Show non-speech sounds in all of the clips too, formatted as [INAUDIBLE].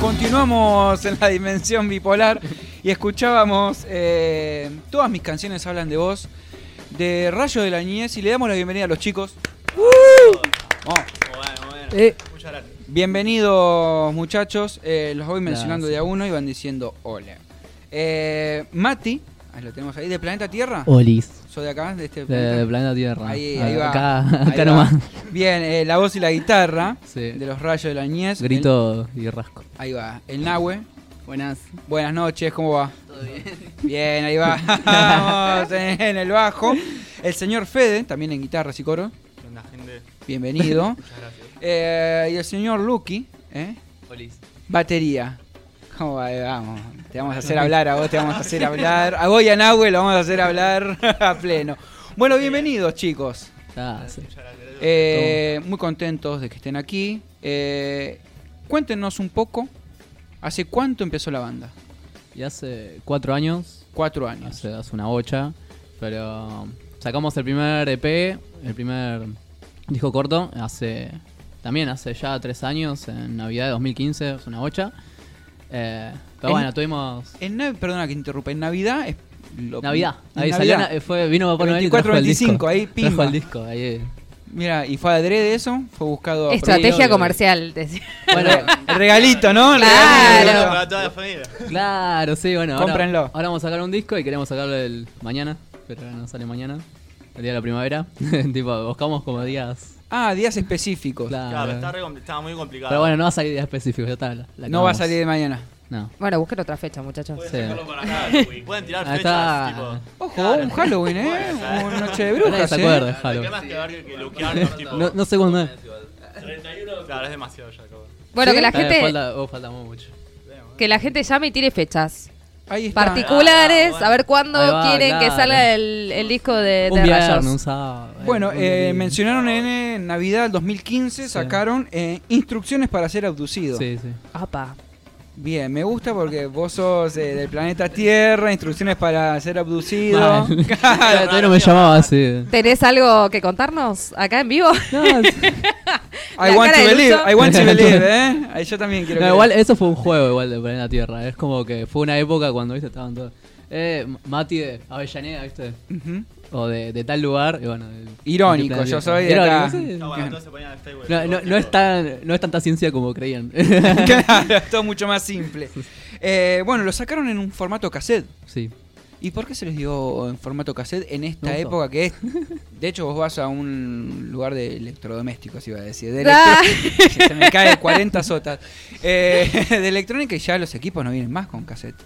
continuamos en la dimensión bipolar y escuchábamos eh, todas mis canciones hablan de vos, de Rayo de la Niñez y le damos la bienvenida a los chicos. Oh. Vamos. Bueno, bueno. Eh. Muchas gracias. Bienvenidos muchachos, Eh, los voy mencionando de Gracias. a uno y van diciendo hola. Eh, Mati, ahí lo tenemos ahí, de Planeta Tierra. Olis. Soy de acá, de este Oh. De, planeta. de Planeta Tierra. Ahí, Ah, ahí va. Acá, [LAUGHS] Ahí acá va. nomás. Bien, eh, la voz y la guitarra Sí. de los rayos de la niñez. Grito y rasco. El- ahí va, el Nahue. Buenas. Buenas noches, ¿cómo va? Todo bien. Bien, ahí va. Vamos, en el bajo. El señor Fede, también en guitarras y coro. ¿Qué onda, gente? Bienvenido. Muchas gracias. Eh, y el señor Lucky, ¿eh? Olis. Batería. ¿Cómo va? Eh, Vamos, te vamos a hacer hablar a vos, te vamos a hacer hablar. A vos y a Nahue lo vamos a hacer hablar [LAUGHS] a pleno. Bueno, bienvenidos, chicos. Ah, sí. Muchas gracias. Eh, muy contentos de que estén aquí. Eh, cuéntenos un poco, ¿hace cuánto empezó la banda? Y hace cuatro años, Cuatro años. hace, hace una bocha, pero sacamos el primer EP, el primer disco corto, hace también hace ya tres años, en Navidad de 2015, es una bocha. Eh, pero En- bueno, tuvimos... En, Nav- perdona que interrumpa, en Navidad es lo- Navidad, en ahí salió, Navidad. na- fue, vino Papá El Noel y 24, trajo el 25, disco. ahí, Trajo pimba. el disco, ahí. Mira, y fue adrede eso, fue buscado. a Estrategia Estrategia Prohibido, comercial. decía. [LAUGHS] [LAUGHS] Bueno, El regalito, ¿no? El Claro. regalito. Para toda la familia. Claro, sí, bueno. ahora- Cómprenlo. Ahora, vamos a sacar un disco y queremos sacarlo el mañana, pero no sale mañana. El día de la primavera. [LAUGHS] tipo, buscamos como días. Ah, días específicos. Claro. Claro, está re compli- estaba muy complicado. pero bueno, no va a salir día específico, ya está. la- la no va a acabamos. salir de mañana. No. Bueno, busquen otra fecha, muchachos. Sí. Claro, Pueden tirar [LAUGHS] Ahí fechas, está. tipo. Ojo, un Halloween, ¿eh? Una noche de Nadie brujas. se ¿eh? acuerda, déjalo. ¿Qué más que ver que luquearnos, tipo? No, no sé cuándo es. Claro, es demasiado ya, como. Bueno, que la Está bien, gente Falta, oh, falta mucho. que la gente llame y tire fechas Ahí está. particulares, bueno. a ver cuándo Ahí va, quieren que claro. salga el, el disco de, un de Rayos. viernes, un sábado. eh, Bueno, un eh, domingo. mencionaron en eh, Navidad del 2015, sacaron eh, instrucciones para ser abducido. Sí, sí. Apa. Bien, me gusta porque vos sos eh, del planeta Tierra, instrucciones para ser abducido. [LAUGHS] Mal. Claro. Ah, Todavía no me llamaba así. ¿Tenés algo que contarnos acá en vivo? [LAUGHS] No, es- I La want cara to de believe, Lucho. I want to believe, [LAUGHS] ¿eh? Ahí Yo también quiero No, creer. igual eso fue un juego igual de Planeta Tierra. Es como que fue una época cuando viste estaban todos. Eh, Mati de Avellaneda, ¿viste? Ujú. O de, de tal lugar. y bueno, de- Irónico, de yo Planeta Tierra. soy de Irónico, acá. sí. No, bueno, entonces ponían el Facebook. No, no, no es tan, no es tanta ciencia como creían. [LAUGHS] Claro, es [LAUGHS] todo mucho más simple. Eh, bueno, lo sacaron en un formato cassette. sí. ¿Y por qué se les dio en formato cassette en esta Me gustó. época que es? De hecho, vos vas a un lugar de electrodomésticos, iba a decir. De Ah. electro- [LAUGHS] Se me cae 40 sotas. Eh, [LAUGHS] de electrónica y ya los equipos no vienen más con cassette.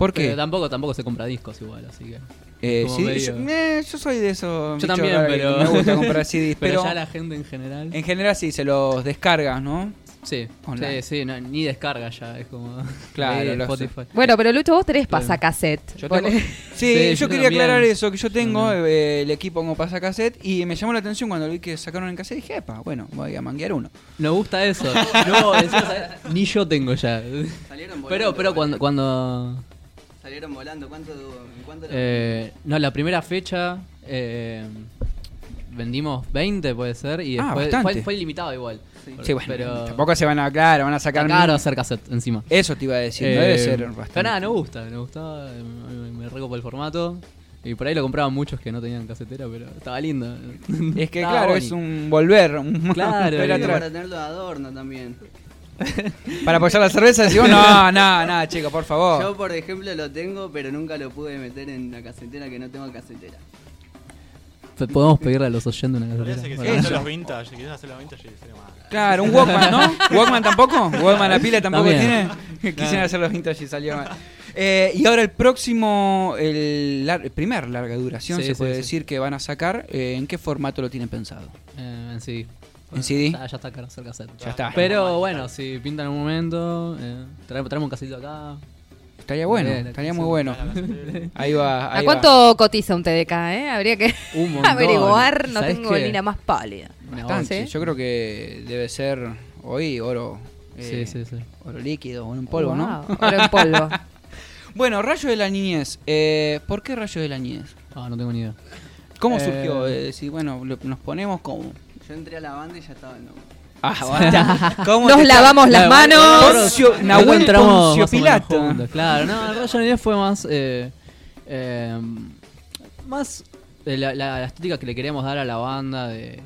¿Por qué? Pero Tampoco, tampoco se compra discos igual, así que. Eh, Como sí, medio- yo, eh, yo soy de esos. Yo bichos también, raros que pero. Me gusta [LAUGHS] comprar CDs, pero, pero ya la gente en general. en general sí, se los descargas, ¿no? Sí, Online. sí, sí, no, ni descarga ya, es como. Claro, [LAUGHS] Ahí de lo sé. Spotify. Bueno, pero Lucho, vos tenés Claro. pasacassette. Yo Pone- tengo- Sí, Sí, yo yo quería también. aclarar eso, que yo tengo Ujú. eh, el equipo como pasa cassette y me llamó la atención cuando vi que sacaron en cassette y dije, epa, bueno, voy a manguear uno. Nos gusta eso. No, encima, ¿sabes? ni yo tengo ya. Salieron volando. Pero, pero igual. eh. cuando, cuando Salieron volando. ¿Cuánto duró? ¿En cuánto lo- Eh, no, la primera fecha eh, vendimos 20, puede ser, y Ah, después bastante. fue, fue limitado igual. Sí, bueno, tampoco se van a, claro, van a sacar... está caro mil- hacer cassette encima. Eso te iba a decir, no debe Eh, ser pero bastante. nada, no gusta, me gustaba, eh, me, me recopo el formato. Y por ahí lo compraban muchos que no tenían casetera, pero estaba lindo. [LAUGHS] Es que Estaba claro, bonito. es un volver, un Claro, [LAUGHS] volver y- Era atrás. para tenerlo de adorno también. para apoyar la cerveza decimos, no, no, no, chico, por favor. Yo, por ejemplo, lo tengo, pero nunca lo pude meter en la casetera que no tengo casetera. P- Podemos pedirle a los oyentes una Podría ser que casetera. se Eso. hacer los vintage, quisieran hacer los vintage y sería más. Claro, un Walkman, [LAUGHS] ¿no? ¿Walkman tampoco? ¿Walkman la pila tampoco También. tiene? Quisieran hacer los vintage y salió mal. Eh, y ahora el próximo, el, lar- el primer larga duración, Sí, se sí, puede sí. decir, que van a sacar, eh, ¿en qué formato lo tienen pensado? Eh, en CD. ¿En CD? Está- ya está caro hacer cassette. Ya está. Pero bueno, si pintan en un momento, eh, traemos, traemos un casito acá. Estaría bueno, Bien, estaría muy sí. bueno. [LAUGHS] Ahí va, ¿A ahí va. cuánto cotiza un TDK, eh? Habría que [LAUGHS] Un montón. averiguar, no ¿Sabés tengo qué? ni la más pálida. Una Bastante. ¿Sí? Yo creo que debe ser hoy oro. eh, Sí, sí, sí. Oro líquido, oro en polvo, ¿no? Wow, Oro en [LAUGHS] polvo. Bueno, Rayo de la Niñez. eh, ¿Por qué Rayo de la Niñez? Ah, no tengo ni idea. ¿Cómo Eh, surgió? Eh, decir, bueno, lo- nos ponemos como... Yo entré a la banda y ya estaba en nombre. [LAUGHS] Ah, bueno. ¿Cómo te Nos está- lavamos las manos. Poncio- Nahuel Poncio Pilato. Claro, no, el Rayo de Ideas fue más. eh, eh, más de la, la- la estética que le queríamos dar a la banda. de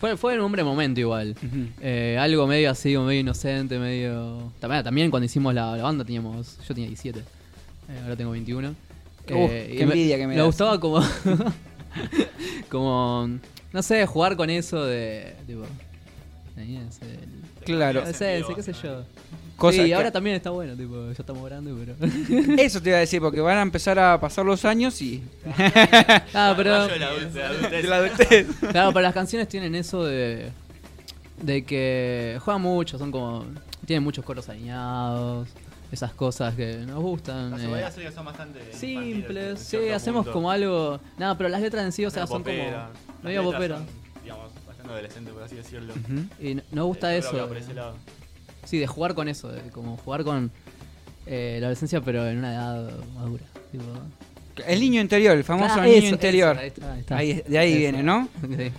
Fue, fue un hombre momento igual. Ujú. Eh, algo medio así, como medio inocente, medio. También, también cuando hicimos la, la banda teníamos. Yo tenía 17. eh, ahora tengo 21. qué y envidia que me das. gustaba como. [LAUGHS] como. No sé, jugar con eso de. Tipo. la niñez, el- Claro. no sé, sí, qué sé Ah, yo. Cosa sí, que- ahora también está bueno, tipo, ya estamos grandes, [LAUGHS] pero. Eso te iba a decir, porque van a empezar a pasar los años y. ah, pero. Rayo de la [LAUGHS] adultez. de la de adultez. la adultez. Claro, pero las canciones tienen eso de. de que juegan mucho, son como. tienen muchos coros alineados, esas cosas que nos gustan. Las eh, obreras creo que son bastante infantiles, en simples, sí, cierto hacemos punto. como algo. Nada, pero las letras en sí, o sea, Una son como. popera. No había Las letras popera. son, Digamos, bastante adolescente, por así decirlo. Ujú. Y n- nos gusta Eh, yo lo veo eso. por ese de- lado. sí, de jugar con eso, de como jugar con eh, la adolescencia, pero en una edad madura. Tipo. El niño interior, el famoso Ah, niño eso, eso, interior. ahí está, ahí está. Ahí- de ahí Eso. viene, ¿no? [LAUGHS] Sí.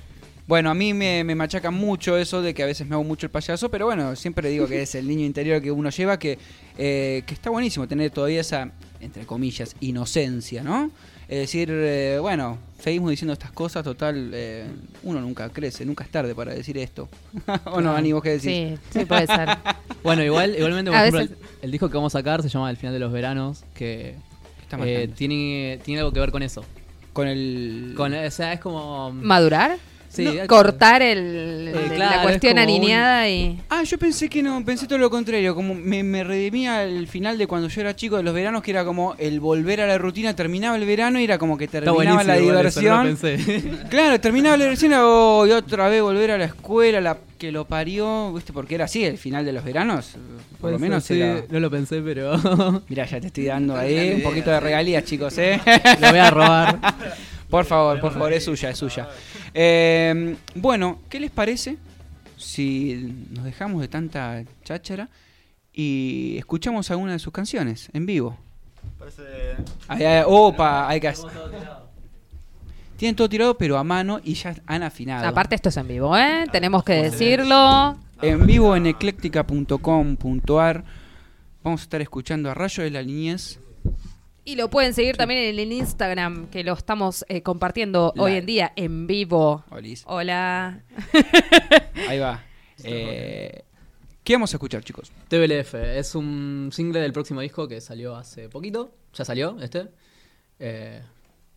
Bueno, a mí me, me machaca mucho eso de que a veces me hago mucho el payaso, pero bueno, siempre digo que es el niño interior que uno lleva, que, eh, que está buenísimo tener todavía esa, entre comillas, inocencia, ¿no? Es decir, eh, bueno, seguimos diciendo estas cosas, total, eh, uno nunca crece, nunca es tarde para decir esto. [LAUGHS] o no, Ani, vos qué decís. Sí, sí puede ser. Bueno, igual, igualmente, por A ejemplo, veces- el, el disco que vamos a sacar se llama El final de los veranos, que Está eh, marcando. tiene, tiene algo que ver con eso. Con el... Con, o sea, es como. ¿Madurar? Sí, No, eh, cortar el, Eh, la claro, cuestión es como un- alineada y... Ah, yo pensé que no, pensé todo lo contrario, como me, me redimía el final de cuando yo era chico de los veranos, que era como el volver a la rutina, terminaba el verano y era como que Está terminaba la buenísimo igual eso, no lo diversión. pensé. Claro, terminaba la versión oh, y otra vez volver a la escuela, la que lo parió, ¿viste? Porque era así, el final de los veranos, [LAUGHS] por lo Eso menos sí, era... No lo pensé, pero. [LAUGHS] lo Mirá, ya te estoy dando ahí Gran un idea, poquito de regalías, chicos, ¿eh? [LAUGHS] voy a robar. Por favor, por favor, es suya, es suya. Eh, bueno, ¿qué les parece si nos dejamos de tanta cháchara y escuchamos alguna de sus canciones en vivo? Parece. Ay, ay, opa, hay que... Tienen todo tirado, pero a mano y ya han afinado. Aparte esto es en vivo, ¿eh? Tenemos que decirlo. En vivo en ecléctica.com.ar vamos a estar escuchando a Rayo de la Niñez. Y lo pueden seguir también en el Instagram, que lo estamos eh, compartiendo hoy Live. en día en vivo. Olis. Oh. Hola. Ahí va. Eh, ¿Qué vamos a escuchar, chicos? TBLF es un single del próximo disco que salió hace poquito. Ya salió este. Eh,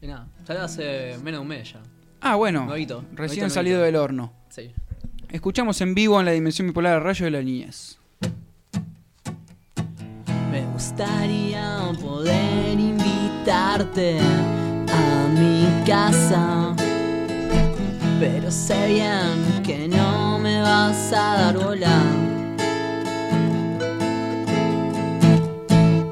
y nada, salió hace menos de un mes ya. Ah, bueno. Nuevito, Recién nuevito, salido nuevito. del horno. Sí. Escuchamos en vivo en la dimensión bipolar a Rayo de la Niñez. Me gustaría poder invitarte a mi casa, pero sé bien que no me vas a dar bola.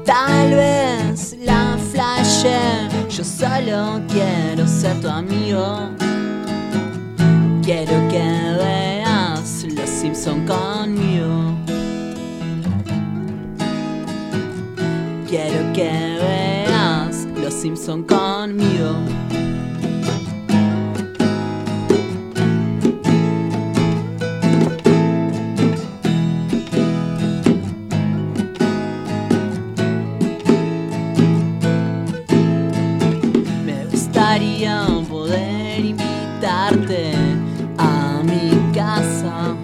Tal vez la flashé, yo solo quiero ser tu amigo. Quiero que veas Los Simpson conmigo. Quiero que veas Los Simpson conmigo. Me gustaría poder invitarte a mi casa,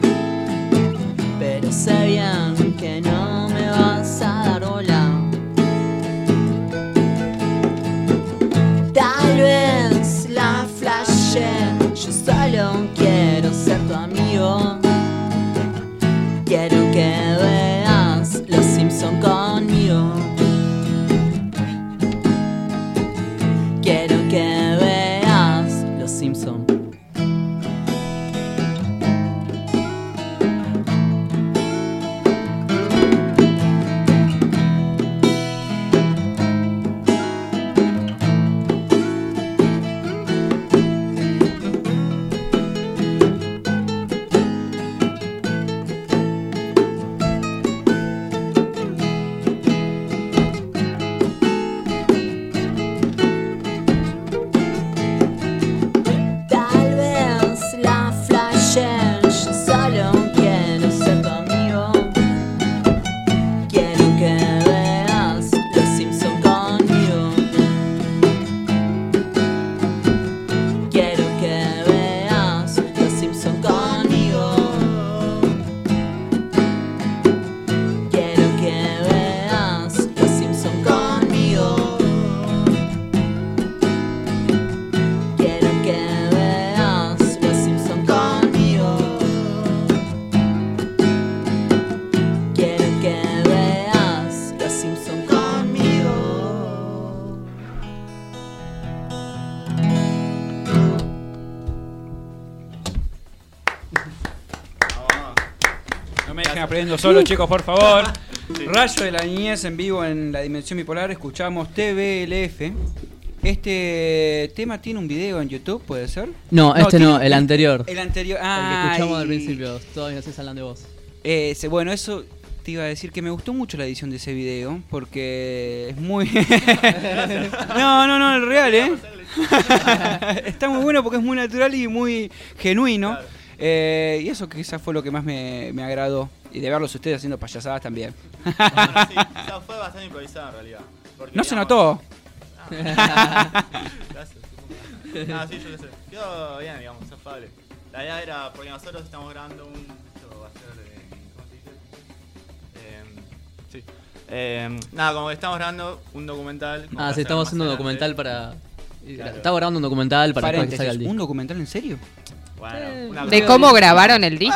pero sé bien que no me vas a dar bola. Tal vez la flashé, yo solo quiero ser tu amigo. Quiero que veas Los Simpson conmigo. Quiero que veas Los Simpson. No me dejen aprendiendo solo, chicos, por [LAUGHS] favor. Rayo de la niñez en vivo en la dimensión bipolar. Escuchamos TVLF. Este tema tiene un video en YouTube, ¿puede ser? No, este tiene- no, el anterior. El anterior. El que Ah, escuchamos al principio, todavía se hablan de vos. Eh, se- bueno, eso te iba a decir que me gustó mucho la edición de ese video porque es muy. [LAUGHS] no, no, no, el real, ¿eh? [LAUGHS] Está muy bueno porque es muy natural y muy genuino. Claro. Eh, y eso quizás fue lo que más me, me agradó. Y de verlos ustedes haciendo payasadas también. Bueno, sí, o sea, fue bastante improvisado en realidad. Porque, No se digamos, notó. Gracias. Ah, sí, yo qué sé. Quedó bien, digamos, es afable. La idea era, porque nosotros estamos grabando un. Esto va a ser. eh, ¿Cómo se dice? Em, sí. Em, nada, como que estamos grabando un documental. como Ah, va a sí, ser estamos más haciendo un adelante. documental para. Claro. Estaba grabando un documental para que Paréntesis, salga el disco. ¿Un documental en serio? Bueno, una ¿De cosa- cómo grabaron el disco?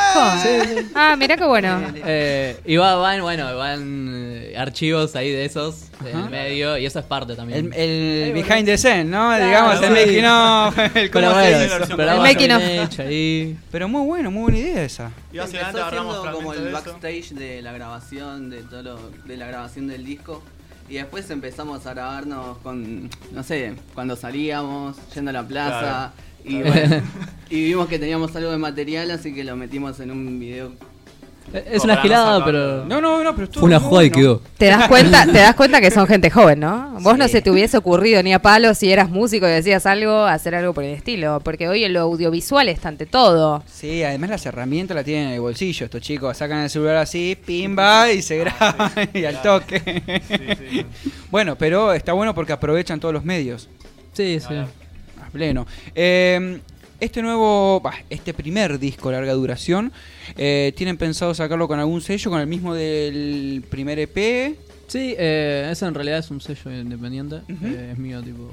Ah, mirá qué bueno. Eh, y va- van, bueno, van eh, archivos ahí de esos, en Ajá. el medio, y eso es parte también. El, el behind the scene, ¿no? Digamos, el sí. making of, [LAUGHS] el cómo pero se bueno, hizo. versión pero El bueno, making bien of. hecho ahí. Pero muy bueno, muy buena idea esa. Y hacia adelante Empezó agarramos siendo como fragmentos el de eso. backstage de la grabación, de todo lo- de la grabación del disco. Y después empezamos a grabarnos con, no sé, cuando salíamos, yendo a la plaza. [LAUGHS] Y, bueno, y vimos que teníamos algo de material, así que lo metimos en un video. Eh, Es Como una para no gilada, sacar- pero. No, no, no, pero estuvo Fue una muy joda y bueno. quedó. Te das cuenta, te das cuenta que son gente joven, ¿no? Vos no Sí. se te hubiese ocurrido ni a palo si eras músico y decías algo, hacer algo por el estilo, porque hoy lo audiovisual está ante todo. Sí, además las herramientas las tienen en el bolsillo estos chicos. Sacan el celular así, pimba, y se graban [LAUGHS] y al claro. toque. Sí, sí. Bueno, pero está bueno porque aprovechan todos los medios. Sí, sí. A pleno. Eh, este nuevo, bah, este primer disco larga duración, eh, ¿tienen pensado sacarlo con algún sello, con el mismo del primer E EP? Sí, eh, eso en realidad es un sello independiente. Ujú. eh, es mío, tipo.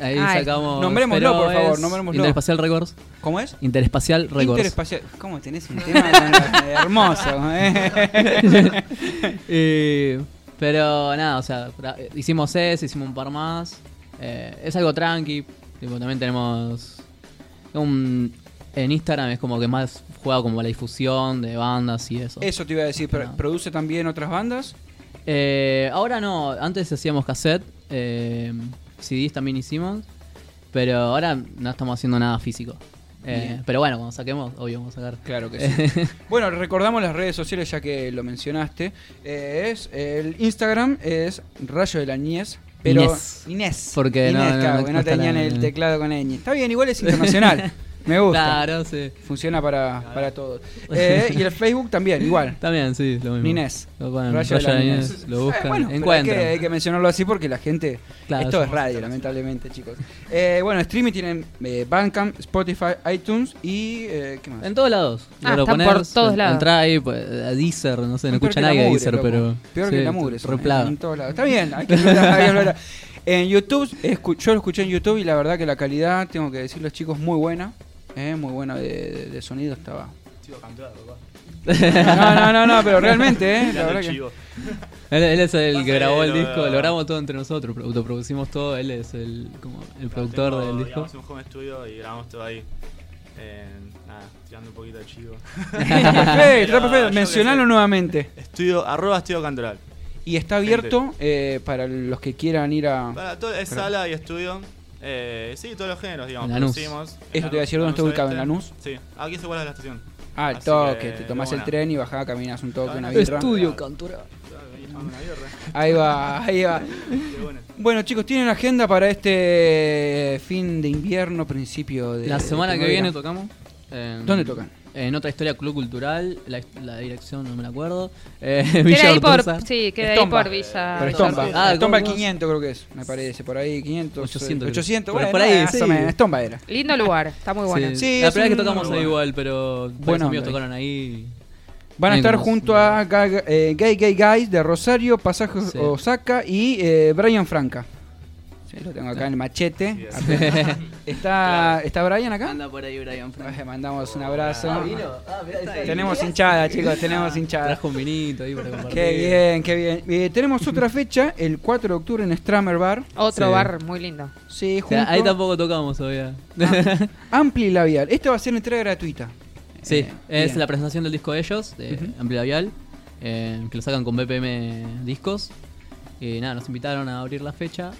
Ahí Ah, sacamos. nombrémoslo, por Feroes, favor, nombrémoslo. Interespacial Records. ¿Cómo es? Interespacial Records. Interespacial. ¿Cómo tenés un tema con la- hermoso? eh? [LAUGHS] Eh, pero nada, o sea, pra- eh, hicimos ese, hicimos un par más. Eh, es algo tranqui. Tipo, también tenemos un- en Instagram es como que más jugado como la difusión de bandas y eso. Eso te iba a decir, pero ¿produce también otras bandas? Eh, ahora no, antes hacíamos cassette, eh, CDs también hicimos, pero ahora no estamos haciendo nada físico. Eh, Bien. pero bueno, cuando saquemos, obvio, vamos a sacar. Claro que [LAUGHS] sí. bueno, recordamos las redes sociales ya que lo mencionaste. Eh, es el Instagram es Rayo de la Niñez. Pero Inés. Inés. Porque no- Inés, no- claro, no- que no no está tenían la- el teclado con ñ. Está bien, igual es [LAUGHS] internacional. Me gusta. Claro, sí. Funciona para, para [LAUGHS] todos. Eh, y el Facebook también, igual. También, sí, lo mismo. Inés. Lo ponen, Rayo de Raya la Inés, Niñez. lo Eh, buscan, bueno, pero hay encuentran. que- Hay que, mencionarlo así porque la gente. Claro, esto es somos radio, lamentablemente, chicos. Eh, bueno, streaming tienen eh, Bandcamp, Spotify, iTunes y. eh, ¿Qué más? En todos lados. Ah, están por todos lados. Entra ahí, pues, a Deezer, no sé, Son no peor escucha que la nadie a mugre, Deezer, loco. pero. Peor sí, que la mugre. son, replado. En todos lados. Está bien, hay que explotar, hay que [LAUGHS] explotar. En YouTube, escu- yo lo escuché en YouTube y la verdad que la calidad, tengo que decir, los chicos, muy buena. eh, muy buena de, de- de sonido estaba. [LAUGHS] Chivo campeado, No, papá. no, no, no, pero realmente, eh, la [LAUGHS] Tirando verdad el que. chivo. Él, él es el Pasa que grabó que el lo- disco, lo grabamos todo entre nosotros, pro- autoproducimos todo, él es el, como, el productor Tengo, del disco. digamos, un home studio y grabamos todo ahí. Eh, nada, tirando un poquito de chivo. Perfecto, está Pero yo perfecto. qué Mencionalo sé. nuevamente. Estudio, arroba estudio cantoral. Y está abierto eh, para los que quieran ir a. Para todo, es Pero- sala y estudio. Eh, sí, todos los géneros, digamos. En Lanús. producimos. En Eso te iba a decir, Lanús, ¿dónde está ubicado? ¿En Lanús Oeste. Sí, aquí se vuelve de la estación. Ah, el Así toque, que, te tomás el bueno. tren y bajás, caminas un toque, Ah, una birra. Estudio Cantura. Ahí va, ahí va. Qué bueno. Bueno, chicos, tienen agenda para este fin de invierno, principio de. La semana de que viene primavera? tocamos. en- ¿Dónde tocan? En otra historia, Club Cultural, la, la dirección no me la acuerdo. Eh, [LAUGHS] Villa Queda ahí por, Ortúzar. sí, queda ahí Estomba. por Villa. Pero Ortúzar. estomba, Ah, estomba el ¿cómo? 500 creo que es, me parece, por ahí 500, 800 800, creo. 800 Pero bueno, por ahí, más sí. o menos, estomba era. Lindo lugar, está muy bueno. Sí, Sí, la es primera vez que un- tocamos ahí igual, pero varios Buena amigos onda. [LAUGHS] tocaron ahí. Van a Ahí estar nomás. junto a Ga- eh, Gay Gay Guys de Rosario, Pasaje Sí. Osaka y eh, Brian Franca. Sí, lo tengo acá en el machete. Sí, [LAUGHS] ¿Está, ¿Está Brian acá? Anda por ahí Brian Frank. Le mandamos un abrazo. Ah, mirá, está ahí. Tenemos hinchada, chicos, tenemos hinchada. Trajo un vinito ahí para compartir. Qué bien, qué bien. Eh, tenemos otra fecha, el 4 de octubre en Stramer Bar. Otro Sí. bar muy lindo. Sí, O junto sea, ahí tampoco tocamos todavía. a Ampli Labial. Esta va a ser entrega gratuita. Sí, Eh, es bien. la presentación del disco de ellos, de Ujú. Amplio Labial, eh, que lo sacan con BPM Discos. Y nada, nos invitaron a abrir la fecha,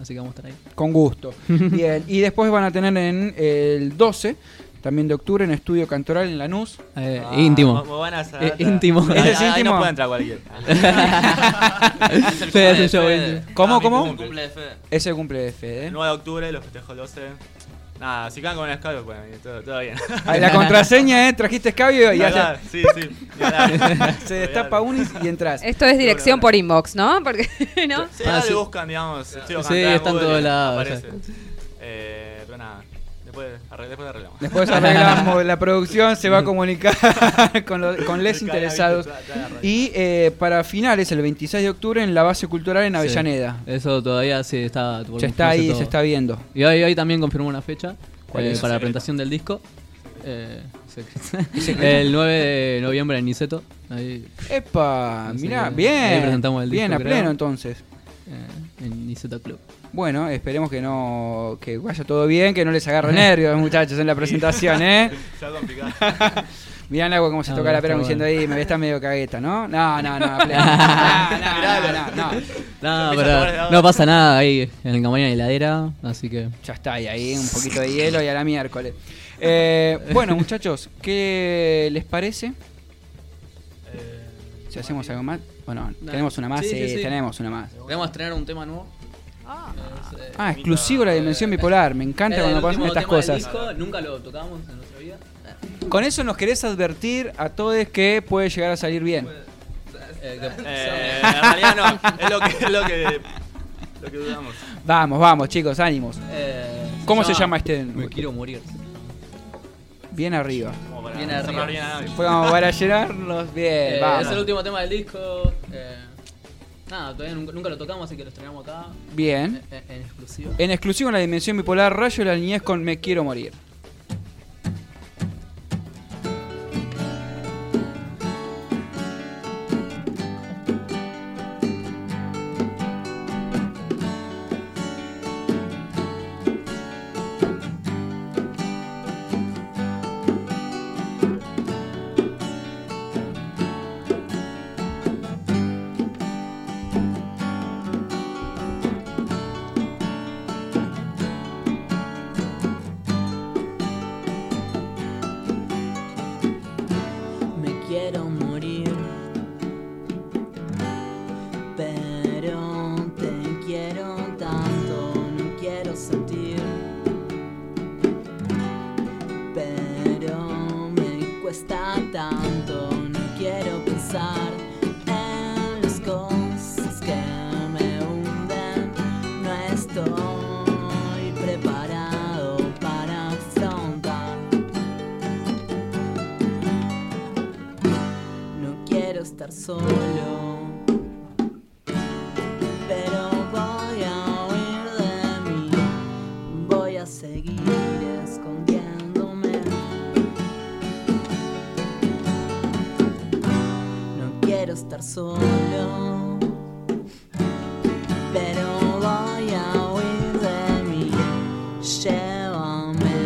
así que vamos a estar ahí. Con [LAUGHS] gusto. Bien. Y después van a tener en el 12, también de octubre, en Estudio Cantoral en Lanús. Eh, Ah, [LAUGHS] íntimo. mo- mo- van a sa- Eh, íntimo. Ahí- Ese es ahí íntimo. no puede entrar cualquiera. Sí, es un show íntimo. ¿Cómo, Ah, mi cómo? cumple. Cumple de Fede. Es el cumple ¿eh? de Fede. El 9 de octubre, los festejos 12. Nada, si quedan con el escabio, pueden venir, todo, [LAUGHS] todo bien. Ah, La contraseña, ¿eh? Trajiste escabio y Ni ya hablar, se, Sí, sí. ni hablar. [LAUGHS] se destapa uno y, y entras. Esto es dirección Bueno, por inbox, ¿no? Porque, [LAUGHS] ¿no? Sí, Ah, ahora sí. le buscan, digamos. estudio Sí, Cantar en están Google todos y lados, aparece. Eh, pero nada, después, arre- después [LAUGHS] arreglamos. Después arreglamos la producción, se va a comunicar [LAUGHS] con, los- con les Cada vez interesados. que tra- trae la radio. Y eh, para finales, el 26 de octubre, en la base cultural en Avellaneda. Eso todavía sí está. por Se está confirmarse ahí, todo. se está viendo. Y hoy, hoy también confirmó una fecha ¿Cuál eh, es? para la presentación del disco. Eh, [LAUGHS] el 9 de noviembre en Niceto. Ahí, Epa, Así mirá, que ahí bien. presentamos el bien, disco, a creo. pleno entonces. eh, en Niceto Club. Bueno, esperemos que no que vaya todo bien, que no les agarre [LAUGHS] nervios, muchachos, en la presentación, ¿eh? Está complicado. Mirá el agua cómo se No, toca la está pera como bueno. diciendo ahí, me ves tan medio cagueta, ¿no? No, no, [LAUGHS] no, a pleno. no, no, no, no, no. No, Empieza a tomar pero el- no pasa nada ahí en el campaña de heladera, así que. Ya está, y ahí un poquito de hielo y a la miércoles. [LAUGHS] Eh, bueno, muchachos, ¿qué les parece? Eh, Si hacemos algo más. Bueno, tenemos una más, Sí, sí, sí, sí. tenemos una más. Podemos estrenar un tema nuevo. Ah, exclusivo la dimensión bipolar, me Eh, encanta cuando pasan estas cosas. nunca lo tocábamos en nuestra vida. Con eso nos querés advertir a todos que puede llegar a salir bien. [LAUGHS] eh, en realidad no, es lo que, es lo que, lo que dudamos. Vamos, vamos, chicos, ánimos. ¿Cómo se llama este? eh, Me quiero morir. Bien arriba. Como para Bien arriba. cerrar bien a nadie. Después vamos para llenarnos. Bien, Eh, vamos. es el último tema del disco. eh, nada, todavía nunca, nunca lo tocamos, así que lo estrenamos acá Bien. en, en- en exclusiva. En exclusivo en la dimensión bipolar, rayo de la niñez con Me Quiero Morir. me quiero morir. Pero te quiero tanto, no quiero sentir. Pero me cuesta tanto, no quiero pensar en las cosas que me hunden. No estoy preparado para afrontar. no quiero estar solo. Pero voy a huir de mí, voy a seguir escondiéndome. No quiero estar solo. Pero voy a huir de mí, llévame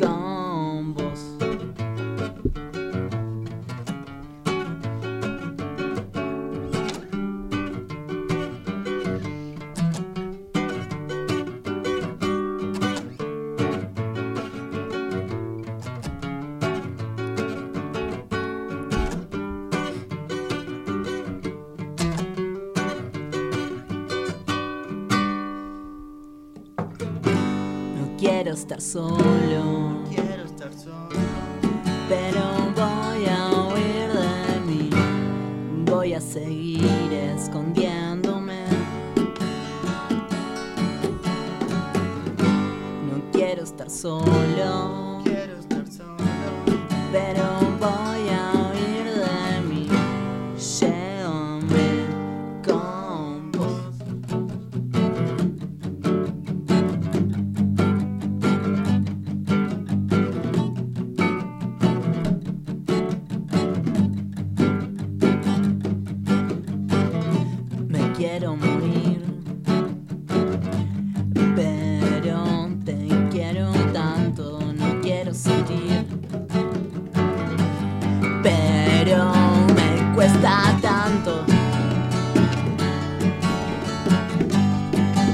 con vos. No quiero estar solo. Quiero estar solo. Pero voy a huir de mí. Voy a seguir escondiéndome. No quiero estar solo. Quiero estar solo. Pero voy a huir de mí. Llévame con vos. me quiero morir. Pero te quiero tanto, no cuesta tanto.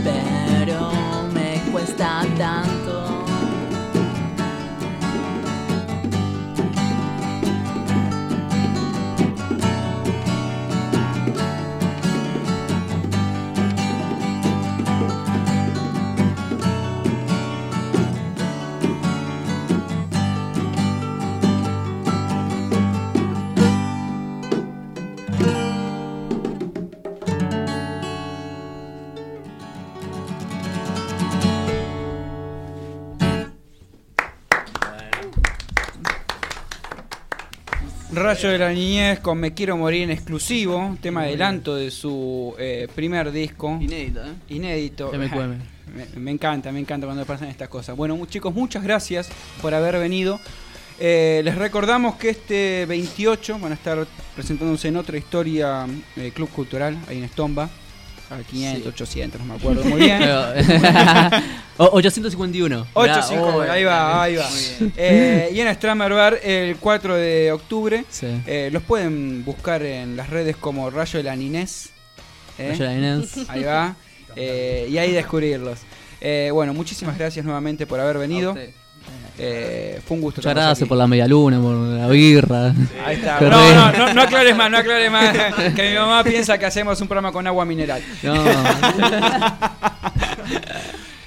Pero me cuesta tanto. Rayo de la Niñez con Me Quiero Morir en exclusivo, tema adelanto de su eh, primer disco, Inédito, ¿eh? inédito. TMQM. [LAUGHS] Me, me encanta, me encanta cuando pasan estas cosas. Bueno, mu- chicos, muchas gracias por haber venido. Eh, les recordamos que este 28 van a estar presentándose en otra historia eh, Club Cultural, ahí en Estomba. A 500, 800, no me acuerdo muy [LAUGHS] bien. Pero- [LAUGHS] O- 851. 8-5, Mirá, oh, ahí va, ahí va. Muy bien. Eh, y en Stramer Bar el 4 de octubre. Sí. Eh, los pueden buscar en las redes como Rayo de la Ninés. ¿eh? Rayo de la [LAUGHS] Inés. Ahí va. Eh, y ahí descubrirlos. Eh, bueno, muchísimas gracias nuevamente por haber A venido. usted. Eh, fue un gusto. Muchas tenerlos gracias aquí. por la medialuna, por la birra. Ahí está. Qué No, re- no, no, no aclares más, no aclares más. Que mi mamá piensa que hacemos un programa con agua [LAUGHS] mineral. No.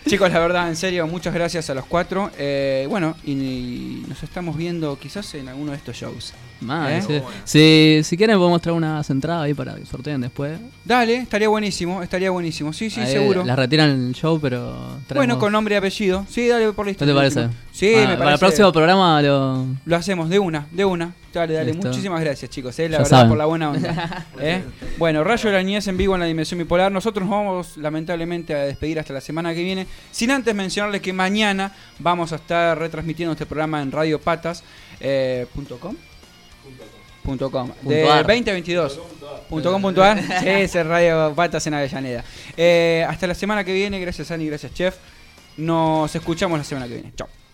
Chicos, la verdad, en serio, muchas gracias a los cuatro. Eh, bueno, y, y nos estamos viendo quizás en alguno de estos shows. Man, ¿Eh? sí. si, si quieren podemos traer unas entradas ahí para que sorteen después. Dale, estaría buenísimo, estaría buenísimo. Sí, sí, Ahí seguro. Las retiran en el show, pero... Bueno, traemos- con nombre y apellido. Sí, dale por listo. ¿No te parece? Sí, Ah, me parece. Para el próximo programa lo... Lo hacemos de una, de una. Dale, dale. Listo. Muchísimas gracias, chicos. eh, la Ya verdad, saben. por la buena onda. ¿eh? Bueno, Rayo de la Niñez en vivo en la Dimensión Bipolar. Nosotros nos vamos, lamentablemente, a despedir hasta la semana que viene. Sin antes mencionarles que mañana vamos a estar retransmitiendo este programa en radiopatas.com. Punto com. De Punto ar. 2022. Punto com, punto ar. Sí, es el Radio Patas en Avellaneda. Eh, hasta la semana que viene. Gracias, Ani. Gracias, Chef. Nos escuchamos la semana que viene. Chao.